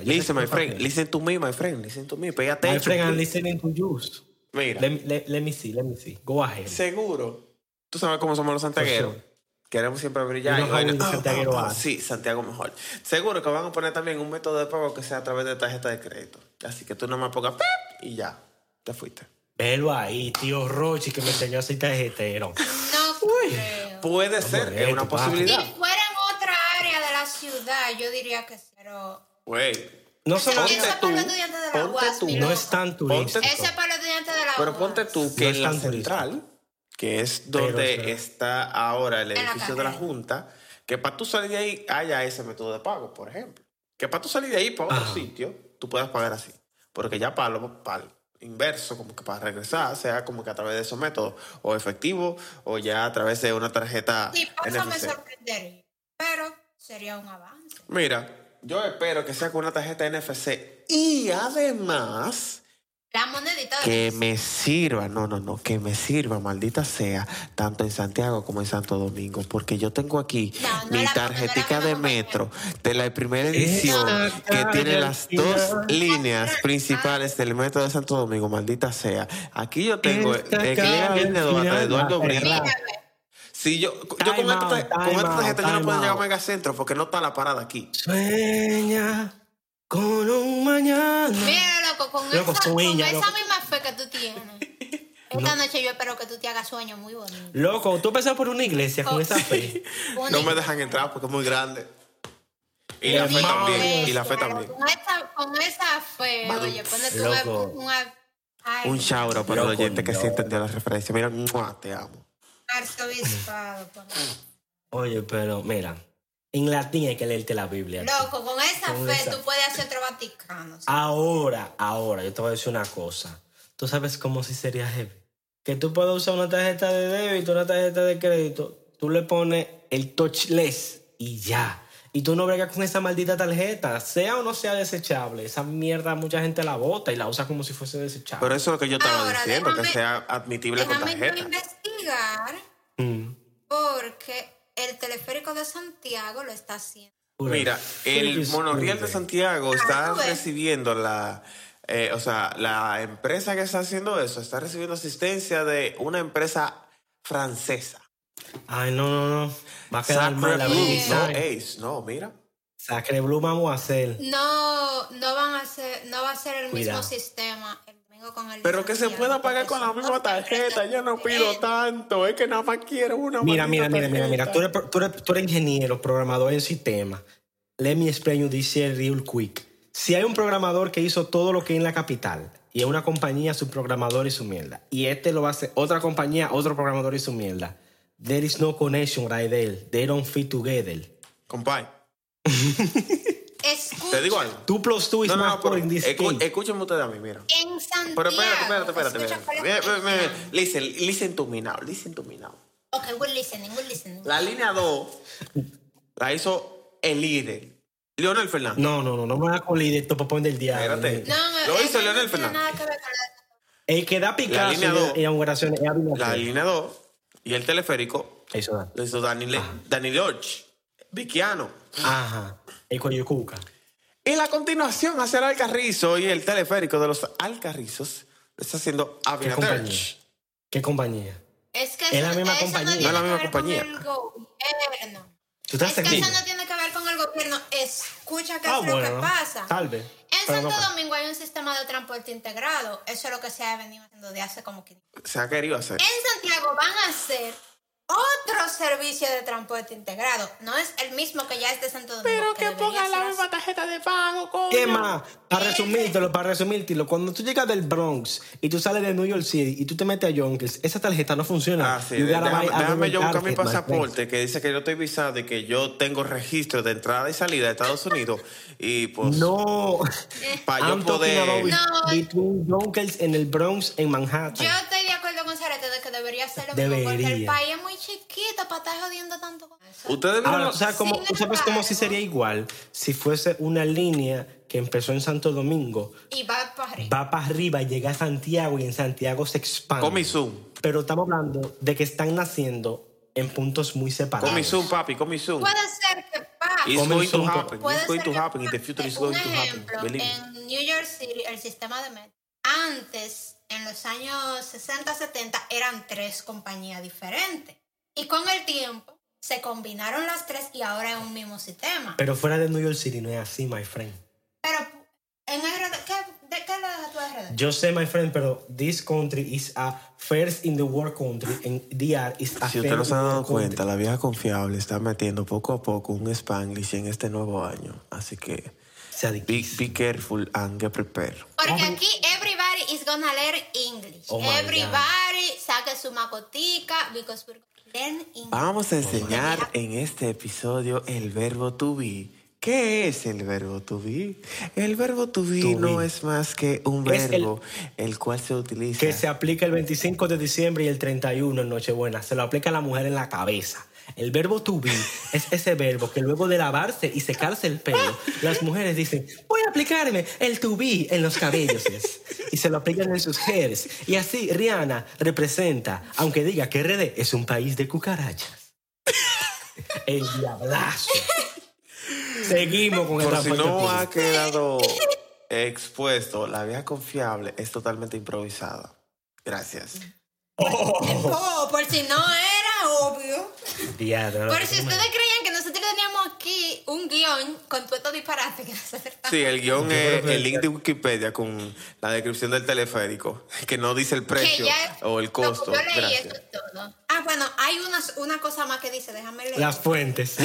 Speaker 1: Listen,
Speaker 2: Yo sé
Speaker 1: listen,
Speaker 2: que
Speaker 1: my
Speaker 2: es
Speaker 1: friend.
Speaker 2: papel.
Speaker 1: Listen to me, my friend. Listen to me. Pay
Speaker 2: My
Speaker 1: attention.
Speaker 2: friend, I'm
Speaker 1: please.
Speaker 2: listening to you.
Speaker 1: Mira.
Speaker 2: Let, me- let- let me see, let me see. Go ahead.
Speaker 1: Seguro. Tú sabes cómo somos los santiagueros.
Speaker 2: Por sure.
Speaker 1: Queremos siempre brillar.
Speaker 2: Yo no soy
Speaker 1: vaina.
Speaker 2: un
Speaker 1: Ah,
Speaker 2: santiaguero
Speaker 1: ah, ah,
Speaker 2: alto.
Speaker 1: sí, Santiago mejor. Seguro que van a poner también un método de pago que sea a través de tarjeta de crédito. Así que tú nomás pongas pip y ya. Te fuiste.
Speaker 2: Velo ahí, tío Rochi, que me enseñó a ser tarjetero.
Speaker 4: No creo.
Speaker 1: Puede ser, es
Speaker 2: bonito,
Speaker 1: una
Speaker 2: papi.
Speaker 1: posibilidad.
Speaker 4: Si fuera en otra área de la ciudad, yo diría que sí, pero...
Speaker 1: Güey.
Speaker 2: No solo
Speaker 4: Eso
Speaker 1: Ponte
Speaker 4: es
Speaker 1: tú,
Speaker 4: para los estudiantes de la
Speaker 1: ponte
Speaker 4: UAS,
Speaker 1: tú.
Speaker 4: mi
Speaker 2: no
Speaker 4: loco.
Speaker 2: es
Speaker 1: Ponte-
Speaker 2: tan turista.
Speaker 4: Eso es para los estudiantes de la
Speaker 1: Pero
Speaker 4: UAS.
Speaker 1: ponte tú que
Speaker 2: No
Speaker 1: en
Speaker 2: es
Speaker 1: la
Speaker 2: tan turístico.
Speaker 1: central, que es
Speaker 2: Pero,
Speaker 1: donde
Speaker 2: pero-
Speaker 1: está ahora el
Speaker 4: la
Speaker 1: edificio de la
Speaker 4: calle.
Speaker 1: Junta, que para tú salir de ahí haya ese método de pago, por ejemplo. Que para tú salir de ahí para otro
Speaker 2: Ajá.
Speaker 1: sitio, tú puedas pagar así. Porque ya para lo, para el inverso, como que para regresar, sea como que a través de esos métodos, o efectivo, o ya a través de una
Speaker 2: Ah,
Speaker 1: tarjeta
Speaker 4: Sí, por eso me
Speaker 1: NFC.
Speaker 4: sorprendería. Pero sería un avance.
Speaker 1: Mira, yo espero que sea con una tarjeta NFC y además...
Speaker 4: La monedita de...
Speaker 1: Que me sirva, no, no, no, que me sirva, maldita sea, tanto en Santiago como en Santo Domingo, porque yo tengo aquí
Speaker 4: No, no
Speaker 1: mi
Speaker 4: la pongo,
Speaker 1: tarjetica
Speaker 4: no la
Speaker 1: de
Speaker 4: pongo.
Speaker 1: metro de la primera edición
Speaker 2: Esa
Speaker 1: que tiene
Speaker 2: calle
Speaker 1: las
Speaker 2: al
Speaker 1: dos
Speaker 2: final.
Speaker 1: líneas principales del metro de Santo Domingo, maldita sea. Aquí yo tengo
Speaker 2: Esta
Speaker 1: de que
Speaker 2: calle
Speaker 1: llega
Speaker 2: al
Speaker 1: Línea Duarte,
Speaker 2: final,
Speaker 1: Eduardo
Speaker 2: la
Speaker 1: Brito.
Speaker 2: cerrada.
Speaker 1: Si yo, yo
Speaker 2: Time
Speaker 1: con esta,
Speaker 2: out,
Speaker 1: tar- con
Speaker 2: time
Speaker 1: esta
Speaker 2: out,
Speaker 1: tarjeta yo no
Speaker 2: time
Speaker 1: puedo llegar a
Speaker 2: out.
Speaker 1: Megacentro porque no está la parada aquí.
Speaker 2: Sueña con un mañana.
Speaker 4: Mira, loco, con,
Speaker 2: Loco,
Speaker 4: esa,
Speaker 2: sueña,
Speaker 4: con
Speaker 2: loco.
Speaker 4: esa misma fe que tú tienes. Esta noche yo espero que tú te hagas sueño muy bonito.
Speaker 2: Loco, tú pasas por una iglesia con
Speaker 4: Oh,
Speaker 2: esa fe.
Speaker 1: No me
Speaker 4: Bonito.
Speaker 1: dejan entrar porque es muy grande. Y la fe
Speaker 2: Hermano.
Speaker 1: también, y la fe
Speaker 4: Claro,
Speaker 1: también.
Speaker 4: Con esa, con esa fe,
Speaker 1: Madu-
Speaker 4: oye, ponle tú
Speaker 2: Loco.
Speaker 4: un- un, ay,
Speaker 1: Un shout out para los
Speaker 2: Loco,
Speaker 1: oyentes que sí
Speaker 2: no.
Speaker 1: entendió la referencia. Mira, ¡mua! te amo.
Speaker 2: pues.
Speaker 4: arzobispado, ponle.
Speaker 2: Oye, pero mira, en latín hay que leerte la Biblia.
Speaker 4: Loco, con esa
Speaker 2: Con
Speaker 4: fe
Speaker 2: esa-
Speaker 4: tú puedes hacer otro Vaticano.
Speaker 1: Ah,
Speaker 2: Ahora, ahora, yo te voy a decir una cosa. ¿Tú sabes cómo sí sería heavy? que tú puedas usar una tarjeta de débito, una tarjeta de crédito, tú le pones el touchless y ya. Y tú no bregas con esa maldita tarjeta, sea o no sea desechable. Esa mierda mucha gente la bota y la usa como si fuese desechable.
Speaker 1: Pero eso es lo que yo estaba
Speaker 4: Ahora,
Speaker 1: diciendo, que
Speaker 4: déjame-
Speaker 1: sea admitible con
Speaker 4: Déjame yo
Speaker 1: tarjeta.
Speaker 4: investigar
Speaker 2: Mm.
Speaker 4: porque el teleférico de Santiago lo está haciendo.
Speaker 1: Mira, el
Speaker 2: Please,
Speaker 1: monorriel de
Speaker 2: please.
Speaker 1: Santiago
Speaker 4: Ah,
Speaker 1: está
Speaker 4: tú ves.
Speaker 1: recibiendo la... eh, o sea, la empresa que está haciendo eso está recibiendo asistencia de una empresa francesa.
Speaker 2: Ay, no, no, no. Va a quedar mal la
Speaker 1: Sacre Blue,
Speaker 4: vida.
Speaker 1: No, eh.
Speaker 2: publicidad.
Speaker 1: Ace, no, mira.
Speaker 2: Sacre Blue vamos a hacer.
Speaker 4: No, no van a ser, no va a ser el
Speaker 2: Cuidado.
Speaker 4: mismo sistema el domingo con el de
Speaker 1: Pero que se
Speaker 4: Santiago,
Speaker 1: pueda pagar
Speaker 4: porque
Speaker 1: con la
Speaker 4: son
Speaker 1: misma
Speaker 4: dos
Speaker 1: tarjeta.
Speaker 4: empresas
Speaker 1: Yo no pido
Speaker 4: diferentes.
Speaker 1: tanto. Es que nada más quiero una
Speaker 2: Mira,
Speaker 1: maldita
Speaker 2: mira, mira, mira, mira.
Speaker 1: tarjeta.
Speaker 2: Tú eres, pro- tú, eres, tú eres ingeniero, programador en sistema. Let me explain you this here real quick. Si hay un programador que hizo todo lo que hay en la capital y es una compañía, su programador y su mierda, y este lo hace otra compañía, otro programador y su mierda, there is no connection right there. They don't fit together.
Speaker 1: Compadre,
Speaker 4: Escucha,
Speaker 1: te digo algo.
Speaker 2: Two plus two is
Speaker 1: No, no, no,
Speaker 2: Pues más
Speaker 1: pero
Speaker 2: four in this
Speaker 1: escu-
Speaker 2: case.
Speaker 1: escúchenme ustedes a mí, mira.
Speaker 4: en Santiago.
Speaker 1: Pero espérate, espérate, espérate.
Speaker 4: escucha
Speaker 1: espérate.
Speaker 4: cuál es
Speaker 1: Ve,
Speaker 4: el
Speaker 1: ve, ve.
Speaker 4: plan.
Speaker 1: Listen, listen to me now, listen to me now.
Speaker 4: Ok, we're listening, we're listening.
Speaker 1: La línea 2 la hizo el líder, Leonel Fernández.
Speaker 2: No, no, no, no me hagas con la idea de Topo Point del diablo.
Speaker 1: Espérate.
Speaker 4: No,
Speaker 1: Lo
Speaker 4: eh,
Speaker 1: hizo
Speaker 4: no
Speaker 1: Leonel
Speaker 4: tiene
Speaker 1: Fernández.
Speaker 4: nada que ver con la-
Speaker 2: El que da
Speaker 1: La
Speaker 2: Picasso
Speaker 1: línea
Speaker 2: en
Speaker 1: dos.
Speaker 2: las inauguraciones es Abinader.
Speaker 1: La línea 2 y el teleférico
Speaker 2: Eso da.
Speaker 1: lo hizo Daniel,
Speaker 2: Ah.
Speaker 1: Daniel Orch, Vickiano.
Speaker 2: Ajá. El Coyucuca.
Speaker 1: Y la continuación hacia el Alcarrizo y el teleférico de los Alcarrizos lo está haciendo Abinader.
Speaker 2: compañía? ¿Qué compañía?
Speaker 4: Es que
Speaker 2: Es la
Speaker 4: eso-
Speaker 2: misma
Speaker 4: eso
Speaker 2: compañía.
Speaker 4: No,
Speaker 1: No es la
Speaker 4: tiene
Speaker 1: misma
Speaker 4: que ver
Speaker 1: compañía.
Speaker 4: Con el gobierno.
Speaker 2: ¿Tú estás
Speaker 4: es que
Speaker 2: seguro?
Speaker 4: eso no tiene que ver con el gobierno. Escucha qué
Speaker 2: Ah,
Speaker 4: es lo
Speaker 2: bueno.
Speaker 4: que pasa.
Speaker 2: Tal vez.
Speaker 4: En
Speaker 2: pero
Speaker 4: Santo
Speaker 2: no creo.
Speaker 4: Domingo hay un sistema de transporte integrado. Eso es lo que se ha venido haciendo de hace como 15
Speaker 1: Se ha querido hacer.
Speaker 4: En Santiago van a hacer otro servicio de transporte integrado. No es el mismo que ya es de Santo Domingo. que debería ser así.
Speaker 1: tarjeta de pago, coño.
Speaker 2: ¿Qué más? Para resumírtelo, para resumírtelo, cuando tú llegas del Bronx y tú sales de New York City y tú te metes a Yonkers, esa tarjeta no funciona.
Speaker 1: Ah, sí.
Speaker 2: You gotta
Speaker 1: Déjame,
Speaker 2: buy another
Speaker 1: déjame yo buscar mi
Speaker 2: target, my
Speaker 1: pasaporte que dice que yo estoy visado y que yo tengo registro de entrada y salida de Estados Unidos. Y pues,
Speaker 2: friend. No.
Speaker 1: para yo
Speaker 2: I'm talking about
Speaker 1: poder.
Speaker 4: No.
Speaker 2: between Yonkers en el Bronx en Manhattan.
Speaker 4: Yo estoy de acuerdo con Zarete de que debería ser lo mismo porque el
Speaker 2: Debería.
Speaker 4: país es muy chiquito para estar jodiendo tanto con eso.
Speaker 1: Ustedes vieron
Speaker 2: Ahora,
Speaker 1: lo-
Speaker 2: o sea, como,
Speaker 4: Sin
Speaker 2: ¿sabes cómo si
Speaker 4: embargo-
Speaker 2: sería igual si fuese una línea que empezó en Santo Domingo,
Speaker 4: Y va para arriba.
Speaker 2: va para arriba, llega a Santiago y en Santiago se expande?
Speaker 1: Con mi Zoom.
Speaker 2: Pero estamos hablando de que están naciendo en puntos muy separados.
Speaker 1: Con mi Zoom, papi, con mi Zoom.
Speaker 4: Puede ser que pase.
Speaker 1: It's
Speaker 2: Come
Speaker 1: going to
Speaker 2: soon, papi.
Speaker 1: happen.
Speaker 4: Puede
Speaker 1: It's Pues going
Speaker 4: ser
Speaker 1: to
Speaker 4: que
Speaker 1: happen. In the
Speaker 4: pase.
Speaker 1: future, it's
Speaker 4: Un
Speaker 1: going to happen.
Speaker 4: ejemplo,
Speaker 1: Believe me.
Speaker 4: En New York City, el sistema de metro. Antes, en los años 60, 70, eran tres compañías diferentes. Y con el tiempo, se combinaron las tres y ahora es un mismo sistema.
Speaker 2: Pero fuera de New York City no es así, my friend.
Speaker 4: Pero, en RD, ¿qué, ¿de qué le dejas tu RD?
Speaker 2: Yo sé, my friend, pero this country is a first in the world country and DR is a
Speaker 1: Si
Speaker 2: third
Speaker 1: usted no se ha dado
Speaker 2: in the world country.
Speaker 1: cuenta, la vieja confiable está metiendo poco a poco un Spanglish en este nuevo año. Así que
Speaker 2: Se adicta.
Speaker 1: be, be careful and get prepared.
Speaker 4: Porque
Speaker 2: Hombre.
Speaker 4: aquí everybody is gonna learn English.
Speaker 2: Oh my God.
Speaker 4: everybody saque su macotica because we're gonna learn English.
Speaker 1: Vamos a enseñar en este episodio el verbo to be. ¿Qué es el verbo to be? El verbo to be
Speaker 2: To
Speaker 1: no
Speaker 2: be.
Speaker 1: es más que un
Speaker 2: Es el-
Speaker 1: verbo el, cual se utiliza.
Speaker 2: Que se aplica el 25 de diciembre y el 31 en Nochebuena. Se lo aplica a la mujer en la cabeza. El verbo to be es ese verbo que luego de lavarse y secarse el pelo, las mujeres dicen, voy a aplicarme el to be en los cabellos. yes". Y se lo aplican en sus hairs. Y así Rihanna representa, aunque diga que RD es un país de cucarachas. El diablazo. Seguimos con el
Speaker 1: Por si
Speaker 2: transporte
Speaker 1: no ha
Speaker 2: público.
Speaker 1: quedado expuesto, la vieja confiable es totalmente improvisada. Gracias.
Speaker 4: Oh, por si no era obvio.
Speaker 2: Diablo,
Speaker 4: Por si
Speaker 2: no me-
Speaker 4: ustedes creían que nosotros teníamos aquí un guión con todo disparate que nos acertamos.
Speaker 1: Sí, el guión
Speaker 2: Yo creo
Speaker 1: es
Speaker 2: que-
Speaker 1: el link de Wikipedia con la descripción del teleférico, que no dice el
Speaker 4: que
Speaker 1: precio
Speaker 4: ya
Speaker 1: o el
Speaker 4: lo que
Speaker 1: costo.
Speaker 4: yo leí,
Speaker 1: Gracias.
Speaker 4: eso es todo. Ah, bueno, hay unas- una cosa más que dice, déjame leer.
Speaker 2: Las fuentes.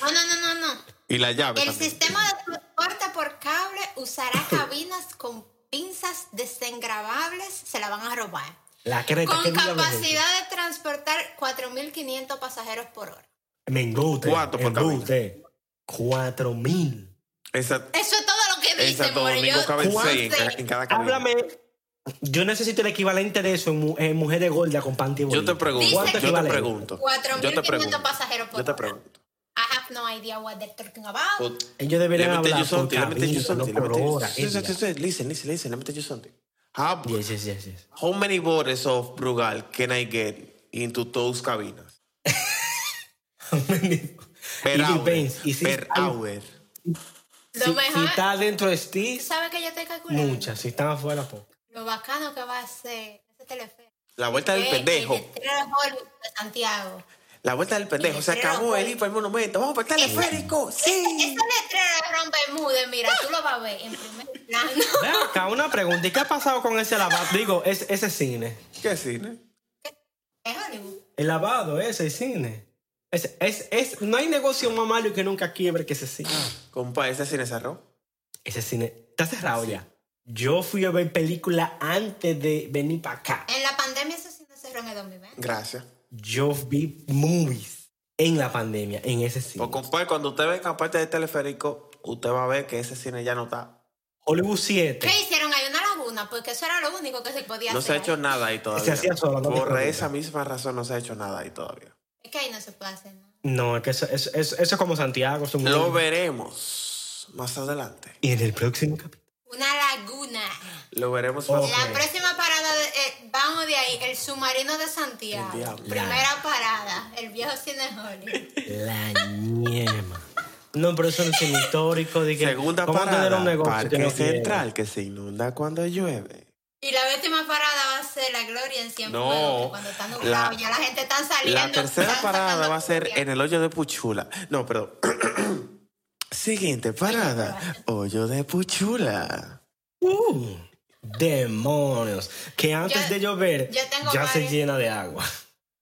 Speaker 4: No, no, no, no, no.
Speaker 1: Y la llave.
Speaker 4: El
Speaker 1: también.
Speaker 4: sistema de transporte por cable usará cabinas con pinzas desengravables, se la van a robar.
Speaker 2: La creta que
Speaker 4: Con
Speaker 2: diablos es eso.
Speaker 4: capacidad de transportar 4.500 pasajeros por hora.
Speaker 2: Me enguste.
Speaker 1: Cuatro por
Speaker 2: enguste. Cuatro mil.
Speaker 1: Esa-
Speaker 4: Eso es todo lo que
Speaker 1: En
Speaker 4: dice,
Speaker 1: Santo
Speaker 4: more.
Speaker 1: Domingo
Speaker 4: Yo-
Speaker 1: caben
Speaker 4: Juan,
Speaker 1: seis en,
Speaker 4: sí.
Speaker 1: ca- en cada cabina.
Speaker 2: Háblame Yo necesito el equivalente de eso en, mu- en mujeres gordas con panty
Speaker 1: Yo te
Speaker 2: bonito.
Speaker 1: pregunto,
Speaker 2: ¿Cuánto
Speaker 4: Dice
Speaker 1: yo te
Speaker 2: equivale?
Speaker 1: pregunto. Yo te
Speaker 4: 4.500
Speaker 1: pregunto.
Speaker 4: pasajeros por
Speaker 1: Yo te
Speaker 4: hora.
Speaker 1: pregunto.
Speaker 4: I have no idea what they're talking about.
Speaker 1: Put-
Speaker 2: Ellos deberían
Speaker 1: Let me tell
Speaker 2: hablar
Speaker 1: you
Speaker 2: por
Speaker 1: something. Let me tell you
Speaker 2: cabina, no
Speaker 1: something. Let me
Speaker 2: por
Speaker 1: tell you
Speaker 2: hora.
Speaker 1: something. Listen, listen, listen, listen. Let me tell you something. How,
Speaker 2: Yes, yes, yes, yes.
Speaker 1: how many bottles of Brugal can I get into those cabinas? Per
Speaker 2: It
Speaker 1: hour.
Speaker 2: depends. Y si-
Speaker 1: Per hour.
Speaker 4: Lo
Speaker 2: Si, si
Speaker 4: mejor,
Speaker 2: está dentro de
Speaker 4: ¿tú
Speaker 2: ti,
Speaker 4: sabes que yo estoy calculando?
Speaker 2: muchas. Si están afuera, poco.
Speaker 4: Lo bacano que va a ser ese teleférico.
Speaker 1: La vuelta del
Speaker 4: Es
Speaker 1: pendejo.
Speaker 4: El letrero Hollywood de Santiago.
Speaker 1: La vuelta del pendejo. Se
Speaker 4: letrero,
Speaker 1: acabó
Speaker 4: güey.
Speaker 1: el IPA el monumento. Vamos para el teleférico.
Speaker 4: eh. Ese
Speaker 1: Sí.
Speaker 4: letrero de Ron Bermúdez, mira, tú lo vas a ver en primer plano.
Speaker 2: Ve acá, una pregunta. ¿Y qué ha pasado con ese lavado? Digo, ese, ese cine.
Speaker 1: ¿Qué cine?
Speaker 4: Es Hollywood.
Speaker 2: El lavado, ese cine. Es, es, es, no hay negocio más malo y que nunca quiebre que ese cine.
Speaker 1: Compa, ese cine cerró.
Speaker 2: Ese cine está cerrado ya. Yo fui a ver película antes de venir para acá.
Speaker 4: En la pandemia eso sí no cerró en el 2020.
Speaker 1: Gracias.
Speaker 2: Yo vi movies en la pandemia, en ese cine.
Speaker 1: Pues, compa, cuando usted venga aparte del teleférico, usted va a ver que ese cine ya no está.
Speaker 2: Hollywood 7.
Speaker 4: ¿Qué hicieron? Hay una laguna, porque eso era lo único que se podía
Speaker 1: No se ha
Speaker 4: hacer.
Speaker 1: hecho nada ahí todavía.
Speaker 2: Se hacía solo, no te
Speaker 1: Por
Speaker 2: preocupes.
Speaker 1: esa misma razón no se ha hecho nada ahí todavía.
Speaker 4: Es que ahí no se puede hacer nada.
Speaker 2: No, es que eso, eso, eso- eso es como Santiago. es un-
Speaker 1: Lo veremos más adelante.
Speaker 2: Y en el próximo capítulo.
Speaker 4: Una laguna.
Speaker 1: Lo veremos
Speaker 2: Oh.
Speaker 1: más
Speaker 4: La
Speaker 2: Ok.
Speaker 4: próxima parada, de- eh, vamos de ahí, el submarino de Santiago.
Speaker 1: El diablo.
Speaker 4: Primera parada, el viejo cine Hollywood.
Speaker 2: La ñema. No, pero eso no es cine histórico. De que,
Speaker 1: Segunda
Speaker 2: ¿cómo tener un
Speaker 1: parada,
Speaker 2: negocio que
Speaker 1: Parque
Speaker 2: no tiene?
Speaker 1: Central, que se inunda cuando llueve.
Speaker 4: Y la última parada va a ser la Gloria en Cienfuegos.
Speaker 1: No,
Speaker 4: que cuando están nublado,
Speaker 1: la-
Speaker 4: ya la gente está saliendo.
Speaker 1: La tercera
Speaker 4: están
Speaker 1: parada
Speaker 4: sacando
Speaker 1: va a ser
Speaker 4: furia.
Speaker 1: en el hoyo de Puchula. No, perdón. Siguiente parada, hoyo de Puchula.
Speaker 2: Uh, demonios. Que antes
Speaker 4: Yo-
Speaker 2: de llover
Speaker 4: yo tengo
Speaker 2: ya se
Speaker 4: varios.
Speaker 2: llena de agua.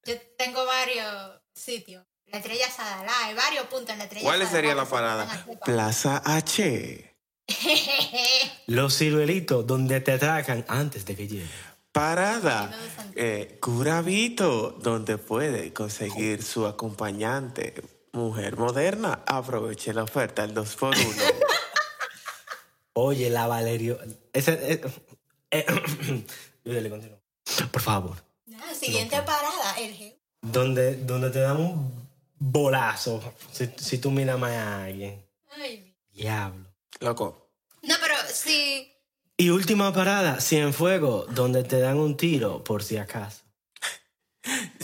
Speaker 4: Yo tengo varios sitios. La estrella Sadalá, hay varios puntos en la estrella
Speaker 1: ¿Cuál
Speaker 4: Sadalá
Speaker 1: sería
Speaker 4: que
Speaker 1: la
Speaker 4: se
Speaker 1: parada?
Speaker 4: pueden hacer.
Speaker 1: Plaza H.
Speaker 2: Los ciruelitos donde te atracan antes de que llegue.
Speaker 1: Parada.
Speaker 4: Camino de Santiago.
Speaker 1: Eh, Curavito, donde puede conseguir su acompañante. Mujer moderna, aproveche la oferta, el 2x1.
Speaker 2: Oye, la Valerio. Ese, eh, eh, yo le continúo. Por favor.
Speaker 4: Nada, Ah, siguiente parada, el G.
Speaker 2: Donde, donde te dan un bolazo si, si tú miras más a alguien.
Speaker 4: Ay.
Speaker 2: Diablo.
Speaker 1: Loco.
Speaker 4: No, pero sí.
Speaker 2: Y última parada, Cienfuego, donde te dan un tiro por si acaso.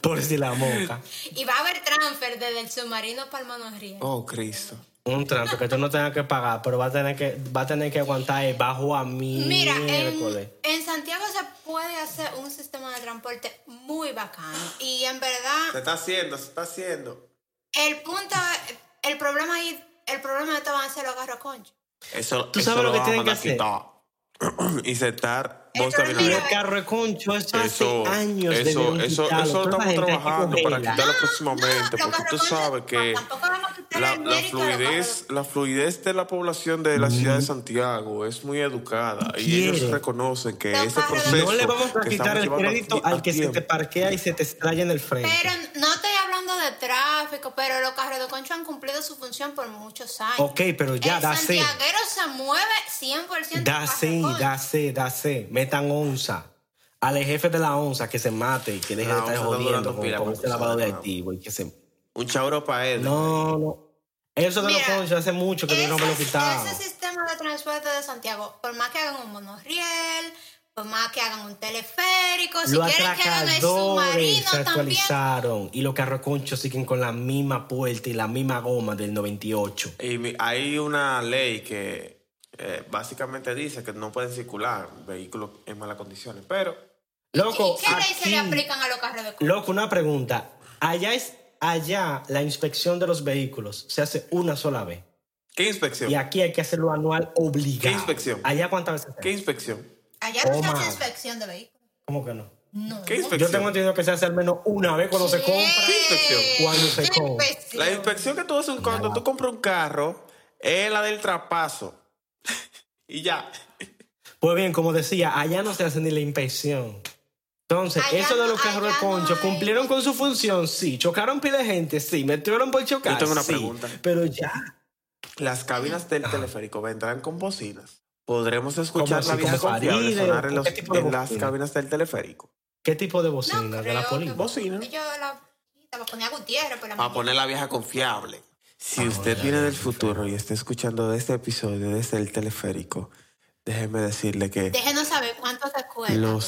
Speaker 2: por si la moca.
Speaker 4: Y va a haber transfer desde el submarino para el monorriel.
Speaker 1: Oh, Cristo.
Speaker 2: Un trampo que tú no tengas que pagar, pero va a tener que, va a tener que aguantar el bajo a
Speaker 4: Mira,
Speaker 2: miércoles.
Speaker 4: en, en Santiago se puede hacer un sistema de transporte muy bacano. Y en verdad,
Speaker 1: está haciendo, se está haciendo.
Speaker 4: el punto, el problema ahí, el problema de este todo van a ser los agarro concho.
Speaker 1: Eso,
Speaker 2: ¿Tú
Speaker 1: eso
Speaker 2: sabes lo que
Speaker 1: van
Speaker 2: tienen
Speaker 1: a
Speaker 2: que
Speaker 1: quitar. y sentar
Speaker 4: El
Speaker 1: Bosta
Speaker 4: problema
Speaker 2: Y
Speaker 1: Binader.
Speaker 2: el carro de concho, eso,
Speaker 1: Eso,
Speaker 2: hace años
Speaker 1: eso,
Speaker 2: debieron
Speaker 1: eso,
Speaker 2: quitarlo,
Speaker 1: eso lo estamos
Speaker 2: pero esa gente hay que
Speaker 1: trabajando para
Speaker 2: cogerla.
Speaker 1: quitarlo próximamente,
Speaker 4: los
Speaker 1: porque tú
Speaker 4: agarroconchos,
Speaker 1: sabes que
Speaker 4: no, tampoco vamos a quitar
Speaker 1: la,
Speaker 4: el
Speaker 1: la
Speaker 4: mérito a los
Speaker 1: fluidez, la fluidez de la población de la ciudad de Santiago es muy educada y
Speaker 2: Mm. Quiere.
Speaker 1: ellos reconocen que
Speaker 4: No,
Speaker 1: ese
Speaker 4: para-
Speaker 1: proceso
Speaker 2: No le vamos a
Speaker 1: que estamos
Speaker 2: quitar el
Speaker 1: llevando a
Speaker 2: crédito
Speaker 1: ti- a
Speaker 2: al que se
Speaker 1: tiempo.
Speaker 2: te parquea y se te estrella en el frente.
Speaker 4: Pero no estoy hablando de tráfico, pero los carros de concho han cumplido su función por muchos años.
Speaker 2: ok, pero ya,
Speaker 4: el
Speaker 2: da C.
Speaker 4: santiaguero se mueve 100%
Speaker 2: Da C,
Speaker 4: carro de
Speaker 2: da
Speaker 4: concho.
Speaker 2: C, da C. Metan onza. Al jefe de la onza que se mate y que deje
Speaker 1: La
Speaker 2: de estar
Speaker 1: onza está
Speaker 2: jodiendo
Speaker 1: durando
Speaker 2: con,
Speaker 1: pila
Speaker 2: con
Speaker 1: para
Speaker 2: ese lavado de
Speaker 1: cruzar,
Speaker 2: activo y que se...
Speaker 1: Un chauro para él.
Speaker 2: No, no. Eso de los
Speaker 4: Mira,
Speaker 2: conchos hace mucho que no me lo
Speaker 4: Ese-
Speaker 2: quitaba.
Speaker 4: Ese sistema de transporte de Santiago, por más que hagan un monorriel, por más que hagan un teleférico, si
Speaker 2: los
Speaker 4: quieren que hagan el
Speaker 2: atracadores
Speaker 4: submarino
Speaker 2: se
Speaker 4: también.
Speaker 2: actualizaron y los carros conchos siguen con la misma puerta y la misma goma del 98.
Speaker 1: Y mi- hay una ley que eh, básicamente dice que no pueden circular vehículos en malas condiciones, pero
Speaker 2: Loco,
Speaker 4: ¿Y qué ley se le
Speaker 2: aquí-
Speaker 4: aplican a los carros de concho?
Speaker 2: Loco, una pregunta. Allá es allá la inspección de los vehículos se hace una sola vez.
Speaker 1: ¿qué inspección?
Speaker 2: Y aquí hay que hacerlo anual obligado.
Speaker 1: ¿Qué inspección?
Speaker 2: Allá cuántas veces. se hace?
Speaker 1: ¿Qué inspección?
Speaker 4: Allá no se
Speaker 2: Toma.
Speaker 4: hace inspección de vehículos.
Speaker 2: ¿Cómo que no?
Speaker 4: No.
Speaker 1: ¿Qué inspección?
Speaker 2: Yo tengo entendido que se hace al menos una vez cuando se compra.
Speaker 1: ¿Qué inspección?
Speaker 2: Cuando se
Speaker 4: ¿Qué
Speaker 2: compra.
Speaker 4: inspección?
Speaker 1: La inspección que tú haces cuando tú compras un carro es la del trapazo. y ya.
Speaker 2: Pues bien, como decía, allá no se hace ni la inspección. Entonces,
Speaker 4: Allá
Speaker 2: eso de los
Speaker 4: no-
Speaker 2: carros de
Speaker 4: allá no
Speaker 2: concho,
Speaker 4: hay-
Speaker 2: ¿cumplieron con su función? Sí. ¿Chocaron pila de gente? Sí. ¿Metieron por chocar?
Speaker 1: Yo tengo una
Speaker 2: Sí.
Speaker 1: pregunta.
Speaker 2: Pero ya.
Speaker 1: Las cabinas del teleférico vendrán con bocinas. Podremos escuchar
Speaker 2: así?
Speaker 1: la vieja
Speaker 2: ¿Como
Speaker 1: confiable
Speaker 2: Faride?
Speaker 1: sonar en, los-
Speaker 2: ¿Qué tipo de
Speaker 1: en las
Speaker 2: bocina?
Speaker 1: cabinas del teleférico.
Speaker 2: ¿Qué tipo de
Speaker 4: No,
Speaker 2: bocina? ¿De la
Speaker 4: creo que-
Speaker 2: polilla?
Speaker 1: Bocina.
Speaker 4: Yo la, la ponía a Gutiérrez, pero la
Speaker 1: A
Speaker 4: mañana.
Speaker 1: poner la vieja confiable.
Speaker 2: Ah,
Speaker 1: Si usted viene del futuro y está escuchando de este episodio desde el teleférico, déjeme decirle que
Speaker 4: Déjenos saber cuánto se cuesta.
Speaker 1: lo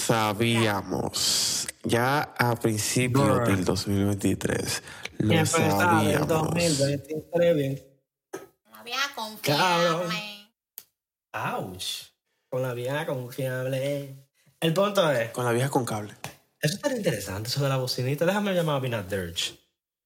Speaker 1: sabíamos. Ya a principios
Speaker 2: Bruh.
Speaker 1: del 2023. Lo
Speaker 2: Siempre estaba en
Speaker 1: sabíamos.
Speaker 2: 2023, bien.
Speaker 4: La vieja
Speaker 2: Cabrón.
Speaker 4: confiable.
Speaker 2: Ouch. Con la vieja confiable. El punto es,
Speaker 1: Con la vieja con cable.
Speaker 2: eso está interesante, eso de la bocinita. Déjame llamar a Binat Dirge.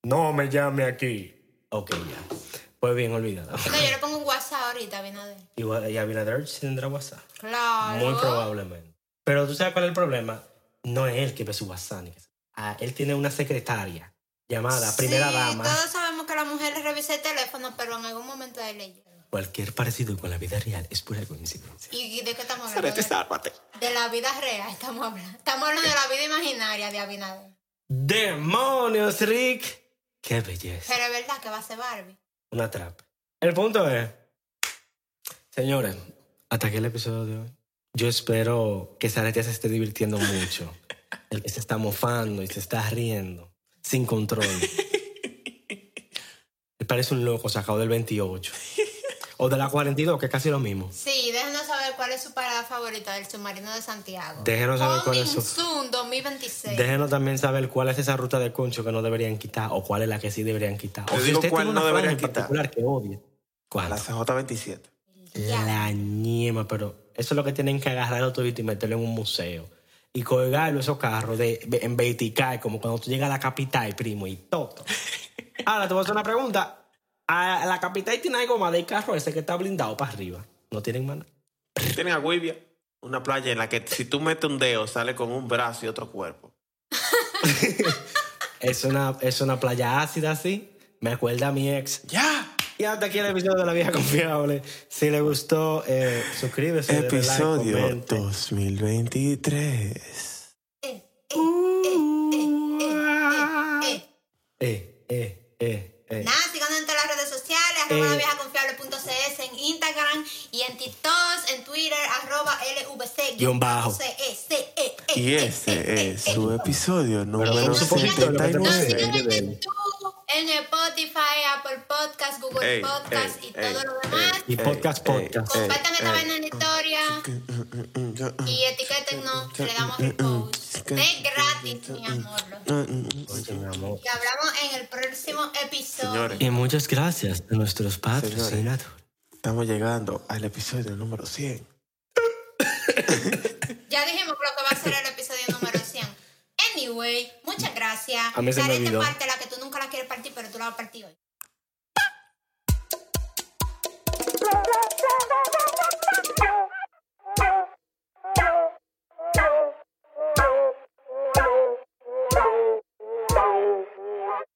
Speaker 2: No me llame aquí. Ok, ya. Pues bien, olvídalo.
Speaker 4: No, yo le pongo un WhatsApp ahorita, vino de.
Speaker 2: Y, wa- y Abinader sí tendrá WhatsApp.
Speaker 4: Claro.
Speaker 2: Muy probablemente. Pero tú sabes cuál es el problema. No es él que ve su WhatsApp. ni que- Ah, él tiene una secretaria llamada Primera
Speaker 4: sí,
Speaker 2: Dama.
Speaker 4: Todos sabemos que la mujer le revisa el teléfono, pero en algún momento de ley.
Speaker 2: Cualquier parecido con la vida real es pura coincidencia.
Speaker 4: ¿Y de qué estamos hablando?
Speaker 1: Sarete,
Speaker 4: De,
Speaker 1: sálvate.
Speaker 4: de la vida real estamos hablando. Estamos hablando de la vida imaginaria de Abinader.
Speaker 2: ¡Demonios, Rick! ¡Qué belleza!
Speaker 4: Pero es verdad que va a ser Barbie.
Speaker 2: Una trap. El punto es, señores, hasta aquí el episodio de hoy. Yo espero que Saretia se esté divirtiendo mucho. El que se está mofando y se está riendo sin control. Me parece un loco sacado del 28. O de la 42, que es casi lo mismo.
Speaker 4: Sí, déjenos saber cuál es su parada favorita del submarino de Santiago.
Speaker 2: Déjenos saber cuál es su-
Speaker 4: Zoom 2026.
Speaker 2: Déjenos también saber cuál es esa ruta de concho que no deberían quitar o cuál es la que sí deberían quitar. O
Speaker 1: Te digo cuál no
Speaker 2: franja
Speaker 1: deberían
Speaker 2: en
Speaker 1: quitar.
Speaker 2: particular que odie.
Speaker 1: A
Speaker 2: ¿Cuál?
Speaker 1: la CJ27.
Speaker 4: Ya.
Speaker 2: La ñema, pero eso es lo que tienen que agarrarlo todito y meterlo en un museo. Y colgarlo esos carros de, de- en vertical, como cuando tú llegas a la capital, primo, y todo. Ahora te voy a hacer una pregunta. A la capital tiene algo más del carro ese que está blindado para arriba. No tienen más nada.
Speaker 1: Tienen a Guivia, una playa en la que si tú metes un dedo sale con un brazo y otro cuerpo.
Speaker 2: Es una, es una playa ácida así. Me acuerda a mi ex.
Speaker 1: ¡Ya!
Speaker 2: Y hasta aquí el episodio de La Vieja Confiable. Si le gustó, eh, suscríbese. dele like,
Speaker 1: Episodio
Speaker 2: comente.
Speaker 1: 2023.
Speaker 4: Eh, eh, eh, eh, eh, eh, eh.
Speaker 2: Eh, eh, eh, eh.
Speaker 4: Nada, síganos en todas las redes sociales, arroba
Speaker 2: Eh.
Speaker 4: laviejaconfiable.cs en Instagram y en TikTok, en Twitter, arroba LVC
Speaker 2: Guión bajo.
Speaker 4: CS, eh, eh,
Speaker 1: Y
Speaker 4: eh,
Speaker 1: ese
Speaker 4: eh,
Speaker 1: es
Speaker 4: eh,
Speaker 1: su
Speaker 4: eh.
Speaker 1: episodio número
Speaker 2: con su poquito de lo que te
Speaker 4: Nos
Speaker 2: puse.
Speaker 1: 79.
Speaker 4: siguen en
Speaker 2: Nivel.
Speaker 4: YouTube, en Spotify, Apple Podcast, Google
Speaker 1: Ey,
Speaker 4: Podcast
Speaker 1: ey,
Speaker 4: y todo
Speaker 1: ey,
Speaker 4: lo demás.
Speaker 2: Y podcast,
Speaker 1: Ey, ey,
Speaker 2: podcast.
Speaker 1: ey,
Speaker 4: Compartan
Speaker 2: eh,
Speaker 4: esta
Speaker 1: ey.
Speaker 4: vaina en la historia
Speaker 1: mm,
Speaker 4: y etiquétennos, le damos
Speaker 2: Eh,
Speaker 4: repost. Es gratis, mi amor.
Speaker 1: mm,
Speaker 2: Oye, mi amor.
Speaker 4: Y hablamos en el próximo episodio.
Speaker 1: Señores.
Speaker 2: Y muchas gracias a nuestros patrocinadores.
Speaker 1: Estamos llegando al episodio número 100.
Speaker 4: Ya dijimos lo que va a ser el episodio número 100. Anyway, muchas gracias.
Speaker 2: A mí se me
Speaker 4: Sarete
Speaker 2: olvidó.
Speaker 4: parte la que tú nunca la quieres partir, pero tú la vas a partir hoy.